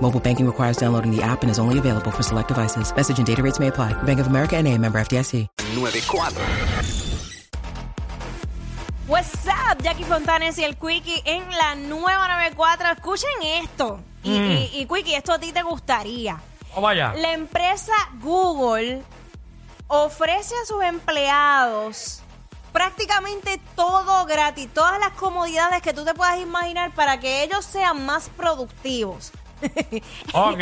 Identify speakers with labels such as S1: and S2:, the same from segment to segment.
S1: Mobile banking requires downloading the app and is only available for select devices. Message and data rates may apply. Bank of America and a member FDIC.
S2: 94.
S3: What's up, Jackie Fontanes y el Quickie en la nueva 94. Escuchen esto. Y, y, y, Quickie, esto a ti te gustaría.
S4: Vamos allá.
S3: La empresa Google ofrece a sus empleados prácticamente todo gratis, todas las comodidades que tú te puedas imaginar para que ellos sean más productivos.
S4: Ok.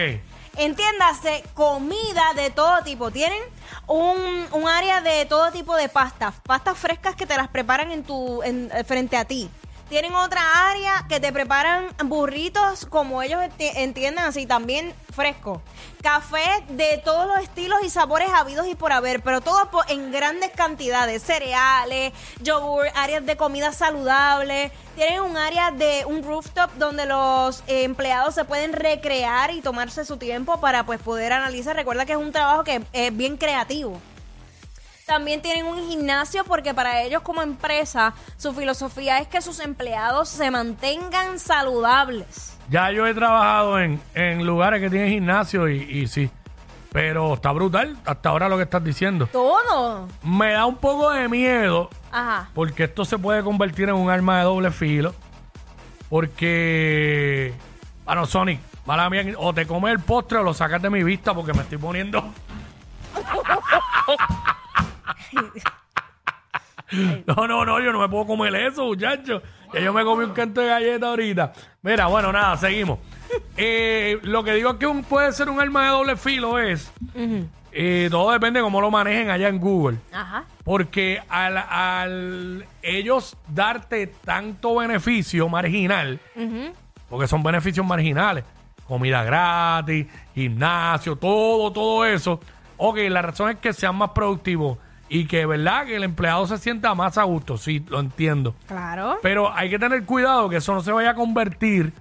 S3: Entiéndase, comida de todo tipo. Tienen un, un área de todo tipo de pastas, pastas frescas que te las preparan en tu en- eh, frente a ti. Tienen otra área que te preparan burritos como ellos enti- entiendan así, también fresco. Café de todos los estilos y sabores habidos y por haber, pero todo po- en grandes cantidades. Cereales, yogur, áreas de comida saludable. Tienen un área de un rooftop donde los eh, empleados se pueden recrear y tomarse su tiempo para pues poder analizar. Recuerda que es un trabajo que es bien creativo. También tienen un gimnasio porque para ellos como empresa su filosofía es que sus empleados se mantengan saludables.
S4: Ya yo he trabajado en, en lugares que tienen gimnasio y, y sí. Pero está brutal hasta ahora lo que estás diciendo.
S3: Todo.
S4: Me da un poco de miedo
S3: Ajá.
S4: porque esto se puede convertir en un arma de doble filo. Porque, bueno, Sonic, mala mía, o te comes el postre o lo sacas de mi vista porque me estoy poniendo. No, no, no, yo no me puedo comer eso, muchachos. Ya yo me comí un canto de galleta ahorita. Mira, bueno, nada, seguimos. Eh, lo que digo es que un- puede ser un arma de doble filo es, eh, todo depende de cómo lo manejen allá en Google.
S3: Ajá.
S4: Porque al, al ellos darte tanto beneficio marginal, porque son beneficios marginales, comida gratis, gimnasio, todo, todo eso. Ok, la razón es que sean más productivos y que, ¿verdad? Que el empleado se sienta más a gusto, sí, lo entiendo.
S3: Claro.
S4: Pero hay que tener cuidado que eso no se vaya a convertir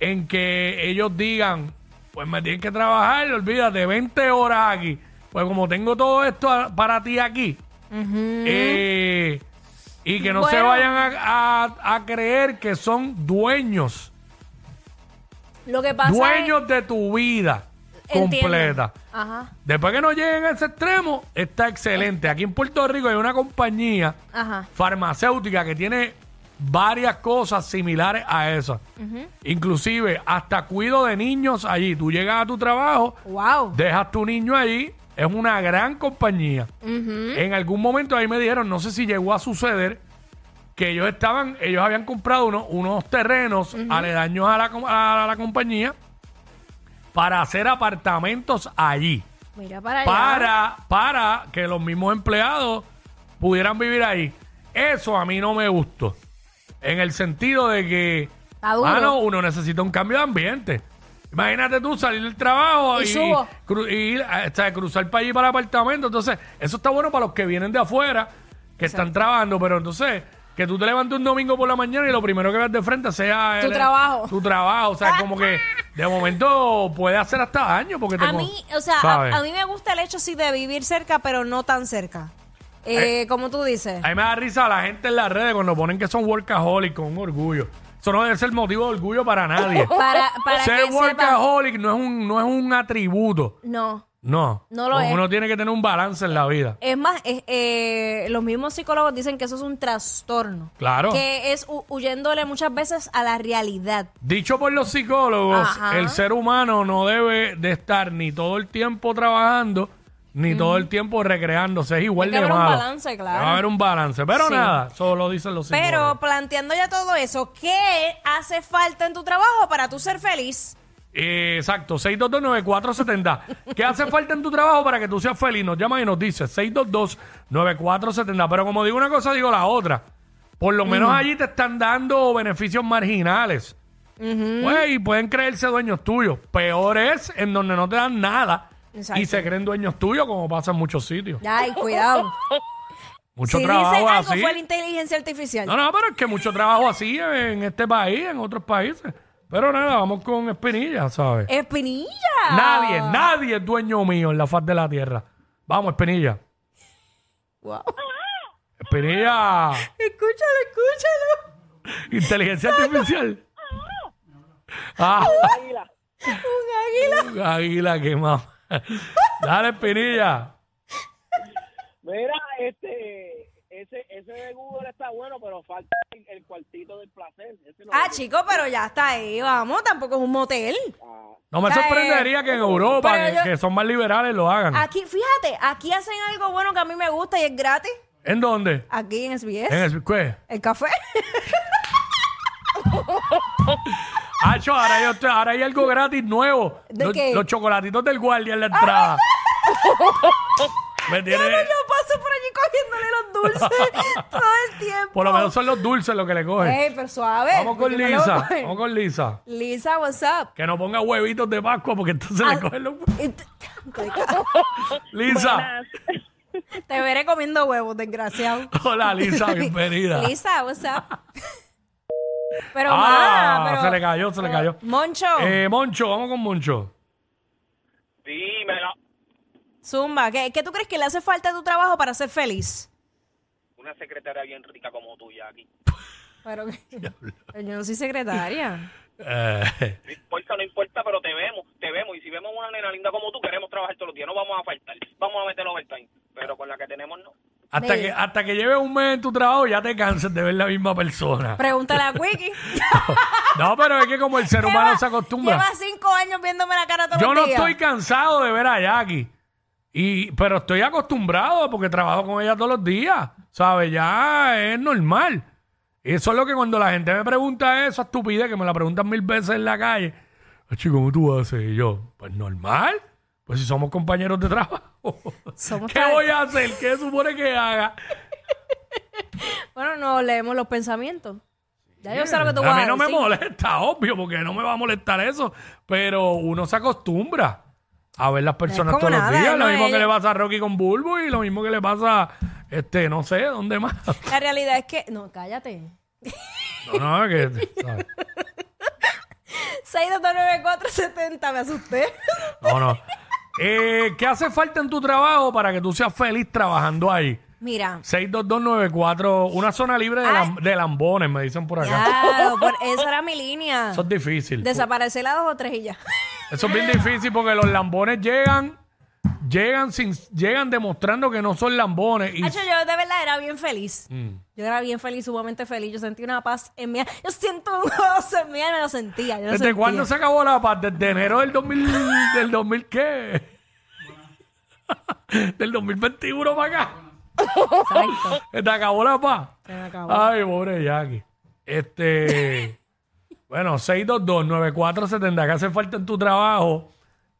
S4: en que ellos digan, pues me tienen que trabajar, olvídate, 20 horas aquí. Pues como tengo todo esto a- para ti aquí, eh, y que no se
S3: Bueno.
S4: vayan a, a- a creer que son dueños,
S3: Lo que pasa
S4: dueños de tu vida
S3: es... Entiendo.
S4: completa.
S3: Ajá.
S4: Después que no lleguen a ese extremo, está excelente. Aquí en Puerto Rico hay una compañía
S3: Ajá.
S4: farmacéutica que tiene varias cosas similares a esas. Inclusive hasta cuido de niños allí. Tú llegas a tu trabajo,
S3: Wow.
S4: dejas tu niño allí. Es una gran compañía. En algún momento ahí me dijeron, no sé si llegó a suceder, que ellos estaban, ellos habían comprado uno- unos terrenos aledaños a la, com- a la compañía para hacer apartamentos allí
S3: Mira para allá.
S4: para, para que los mismos empleados pudieran vivir ahí. Eso a mí no me gustó. En el sentido de que,
S3: Está duro.
S4: mano, uno necesita un cambio de ambiente. Imagínate tú salir del trabajo
S3: Y
S4: y,
S3: subo.
S4: cru- y ir a- o sea, cruzar para allí para el apartamento. Entonces, eso está bueno para los que vienen de afuera, que están trabajando, pero entonces, que tú te levantes un domingo por la mañana y lo primero que veas de frente sea
S3: Tu trabajo.
S4: Tu trabajo. O sea, como que de momento puede hacer hasta daño. Porque te
S3: A
S4: co-
S3: mí, o sea,
S4: ¿sabes?
S3: a, a mí me gusta el hecho sí de vivir cerca, pero no tan cerca. Eh, como tú dices.
S4: A mí me da risa la gente en las redes cuando ponen que son workaholic con orgullo. Eso no debe ser motivo de orgullo para nadie.
S3: Para, para que
S4: ser
S3: sepan-
S4: workaholic no, es un, no es un atributo.
S3: No.
S4: No.
S3: No lo es.
S4: Uno tiene que tener un balance en la vida.
S3: Es más, es- eh, los mismos psicólogos dicen que eso es un trastorno.
S4: Claro.
S3: Que es hu- huyéndole muchas veces a la realidad.
S4: Dicho por los psicólogos,
S3: Ajá.
S4: el ser humano no debe de estar ni todo el tiempo trabajando ni todo el tiempo recreándose. Es igual
S3: Hay que
S4: de
S3: haber un
S4: malo.
S3: balance, claro.
S4: Va a haber un balance. Pero
S3: Sí.
S4: nada, solo dicen los
S3: Pero
S4: psicólogos.
S3: planteando ya todo eso, ¿qué hace falta en tu trabajo para tú ser feliz?
S4: Eh, exacto, 6229470. ¿Qué hace falta en tu trabajo para que tú seas feliz? Nos llama y nos dice 6229470. Pero como digo una cosa, digo la otra. Por lo menos allí te están dando beneficios marginales. Pues, y pueden creerse dueños tuyos. Peor es en donde no te dan nada
S3: Exacto.
S4: y se creen dueños tuyos, como pasa en muchos sitios.
S3: Ay, cuidado.
S4: Mucho
S3: si dice
S4: trabajo
S3: algo
S4: así.
S3: fue la inteligencia artificial.
S4: No, no, pero es que mucho trabajo así en este país, en otros países. Pero nada, vamos con Espinilla, ¿sabes?
S3: Espinilla.
S4: Nadie,
S3: Ah.
S4: nadie es dueño mío en la faz de la tierra. Vamos, Espinilla.
S3: Wow.
S4: Espinilla,
S3: Escúchalo, escúchalo.
S4: inteligencia artificial. Ah,
S3: Un águila.
S4: águila, qué mamá. Dale, Espinilla.
S2: Mira, este, ese, ese de Google está bueno, pero falta el, el cuartito del placer. Ese no
S3: Ah,
S2: lo-
S3: chico, pero ya está ahí, vamos, tampoco es un motel.
S4: No me
S3: Está bien.
S4: sorprendería que en Europa,
S3: Pero
S4: que,
S3: yo- Ah.
S4: que son más liberales, lo hagan.
S3: Aquí, fíjate, aquí hacen algo bueno que a mí me gusta y es gratis.
S4: ¿En dónde?
S3: Aquí en SBS.
S4: En el ¿qué?
S3: El café.
S4: Hacho, ahora, yo estoy- ahora hay algo gratis nuevo.
S3: ¿De
S4: los,
S3: qué?
S4: los chocolatitos del guardia en la entrada. ¿Me
S3: Yo
S4: tiene-
S3: paso por allí cogiéndole los dulces todo el tiempo.
S4: Por lo menos son los dulces lo que le cogen.
S3: Ey, pero suave.
S4: Vamos con
S3: porque me Eh, lo voy a
S4: Lisa.
S3: coger.
S4: Vamos con Lisa.
S3: Lisa, what's up?
S4: Que no ponga huevitos de Pascua porque entonces
S3: Ah.
S4: le cogen los
S3: Y t-
S4: Lisa.
S3: Te veré comiendo huevos, desgraciado.
S4: Hola, Lisa, bienvenida.
S3: Lisa, what's up? Pero
S4: ah,
S3: ma, pero-
S4: se le cayó, se le cayó.
S3: Moncho,
S4: Eh, Moncho, vamos con Moncho.
S2: Dímelo.
S3: Zumba, ¿qué, ¿qué tú crees que le hace falta a tu trabajo para ser feliz?
S2: Una secretaria bien rica como tú, Jackie.
S3: Pero, pero yo no soy secretaria.
S4: Eh,
S2: No importa, no importa, pero te vemos, te vemos. Y si vemos una nena linda como tú, queremos trabajar todos los días. No vamos a faltar, vamos a meter overtime. Pero con la que tenemos, no.
S4: hasta,
S3: Nel.
S4: que, hasta que lleves un mes en tu trabajo ya te canses de ver la misma persona.
S3: Pregúntale a Quickie.
S4: No, pero es que como el ser humano se acostumbra.
S3: Lleva cinco años viéndome la cara todos
S4: Yo
S3: los
S4: no
S3: días.
S4: estoy cansado de ver a Jackie. Y, pero estoy acostumbrado porque trabajo con ella todos los días. ¿Sabes? Ya es normal. Eso es lo que cuando la gente me pregunta esa estupidez, que me la preguntan mil veces en la calle. Chico, ¿cómo tú haces? Y yo, pues normal. Pues si somos compañeros de trabajo.
S3: Somos
S4: ¿Qué
S3: tan-
S4: voy a hacer? ¿Qué supone que haga?
S3: Bueno, no leemos los pensamientos. Ya yo sé lo que tú vas
S4: a
S3: a
S4: mí no me
S3: decir.
S4: molesta, obvio, porque no me va a molestar eso. Pero uno se acostumbra a ver las personas
S3: como
S4: todos los
S3: nada,
S4: días.
S3: no
S4: Lo mismo
S3: es-
S4: que le pasa a Rocky con Bulbo y lo mismo que le pasa, este, no sé, ¿dónde más?
S3: La realidad es que... No, cállate.
S4: No, no, que, ¿sabes?
S3: 6229470, me asusté.
S4: no. no. Eh, ¿Qué hace falta en tu trabajo para que tú seas feliz trabajando ahí?
S3: Mira.
S4: 62294, una zona libre de, lam- de lambones, me dicen por acá.
S3: Claro, por- esa era mi línea.
S4: Eso es difícil.
S3: Desaparecer las dos o tres y ya.
S4: Eso es bien difícil porque los lambones llegan, llegan sin, llegan demostrando que no son lambones. Y, Mm.
S3: Hacho, yo de verdad era bien feliz. Yo era bien feliz, sumamente feliz. Yo sentí una paz en mí. Yo siento un gozo en mí, no lo sentía. Yo lo
S4: ¿Desde
S3: sentía.
S4: cuándo se acabó la paz? ¿Desde enero del 2000, del 2000 qué? del 2021 para acá.
S3: Exacto.
S4: Se te acabó la paz.
S3: Se me acabó.
S4: Ay, pobre Jackie. Este. bueno, 622-9470. ¿Qué hace falta en tu trabajo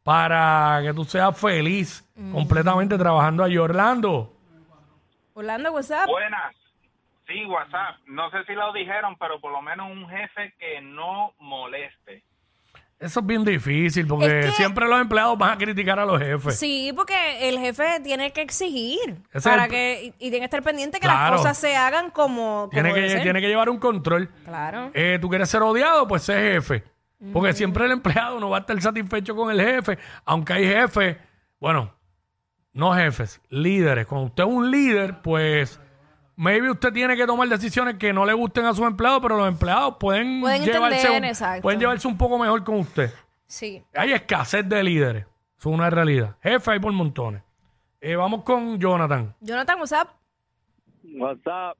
S4: para que tú seas feliz
S3: Mm.
S4: completamente trabajando allí, Orlando?
S3: Orlando, WhatsApp.
S5: Buenas. Sí, WhatsApp. No sé si lo dijeron, pero por lo menos un jefe que no moleste.
S4: Eso es bien difícil porque
S3: Es que-
S4: siempre los empleados van a criticar a los jefes.
S3: Sí, porque el jefe tiene que exigir
S4: Pues. Ese es
S3: para
S4: el-
S3: que y, y tiene que estar pendiente que
S4: Claro.
S3: las cosas se hagan como, como
S4: Tiene
S3: debe
S4: que,
S3: ser.
S4: tiene que llevar un control.
S3: Claro.
S4: Eh, ¿Tú quieres ser odiado? Pues sé jefe. Porque siempre el empleado no va a estar satisfecho con el jefe, aunque hay jefes, bueno, no jefes, líderes. Cuando usted es un líder, pues maybe usted tiene que tomar decisiones que no le gusten a sus empleados, pero los empleados pueden,
S3: Pueden
S4: llevarse,
S3: entender,
S4: un-
S3: exacto.
S4: pueden llevarse un poco mejor con usted.
S3: Sí.
S4: Hay escasez de líderes, eso es una realidad. Jefe hay por montones. Eh, vamos con Jonathan.
S3: Jonathan, WhatsApp.
S2: WhatsApp.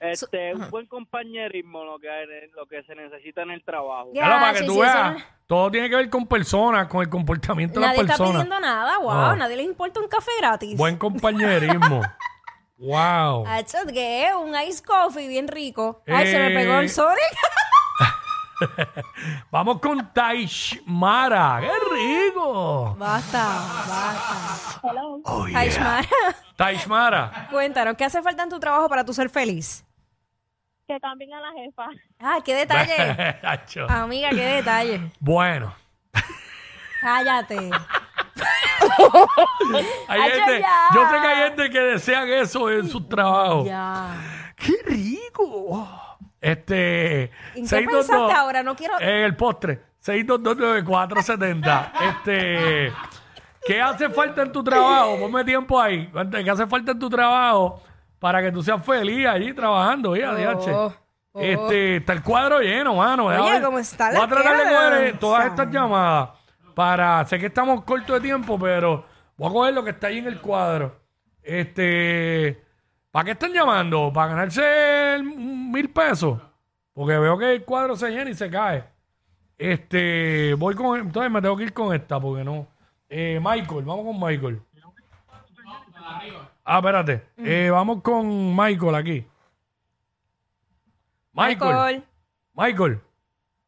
S2: Este, un buen compañerismo lo que, hay- lo que se necesita en el trabajo.
S4: Ya lo, para
S3: Ya,
S4: que
S3: sí,
S4: tú
S3: sí, eso
S4: veas,
S3: no-
S4: todo tiene que ver con personas, con el comportamiento de las
S3: Nadie está
S4: personas.
S3: pidiendo nada, wow.
S4: Ah.
S3: Nadie les importa un café gratis.
S4: Buen compañerismo. wow.
S3: Hacho, ¿qué? Un ice coffee bien rico. Ay, se me
S4: Eh.
S3: pegó el Sonic.
S4: Vamos con Taish Mara. ¡Qué rico!
S3: Basta, basta.
S4: Oh,
S3: Ay,
S4: yeah.
S3: Shmara,
S4: Taish Mara.
S3: cuéntanos, ¿qué hace falta en tu trabajo para tú ser feliz?
S6: Que cambien a la jefa.
S3: Ah, qué detalle.
S4: Tacho.
S3: Amiga, qué detalle.
S4: bueno.
S3: Cállate.
S4: Hay
S3: Hacho,
S4: gente-
S3: ya.
S4: yo sé que hay gente que desean eso en sus trabajos.
S3: Ya.
S4: ¡Qué rico! Este.
S3: ¿En qué
S4: 622
S3: pensaste ahora? No quiero.
S4: En el postre. 6229470. este. ¿Qué hace falta en tu trabajo? Ponme tiempo ahí. ¿Qué hace falta en tu trabajo para que tú seas feliz allí trabajando? hija, diache?
S3: oh.
S4: Este, está el cuadro lleno, mano. Deja
S3: Oye,
S4: ver.
S3: ¿cómo está la
S4: Voy a tratar de
S3: cosa?
S4: coger todas estas llamadas para... Sé que estamos cortos de tiempo, pero voy a coger lo que está ahí en el cuadro. Este... ¿Para qué están llamando? ¿Para ganarse el- un mil pesos? Porque veo que el cuadro se llena y se cae. Este, voy con... Entonces me tengo que ir con esta porque no... Eh, Michael, vamos con Michael. Ah, espérate. Eh, vamos con Michael aquí. Michael.
S3: Michael.
S4: Michael.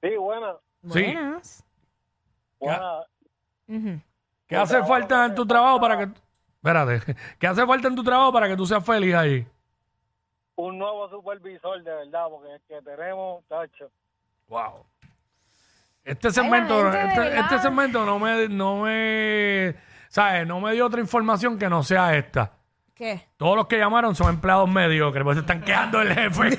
S2: Sí, buena.
S4: Sí.
S3: Buenas.
S2: buena.
S3: Ujú.
S4: ¿Qué hace falta en tu trabajo para que... Espérate. ¿Qué hace falta en tu trabajo para que tú seas feliz ahí?
S2: Un nuevo supervisor, de verdad, porque es que tenemos, tacho.
S4: Wow. Este segmento,
S3: gente, de
S4: este,
S3: verdad.
S4: este segmento no me, no me, ¿sabes? No me dio otra información que no sea esta.
S3: ¿Qué?
S4: Todos los que llamaron son empleados mediocres, pues se están quejando del jefe.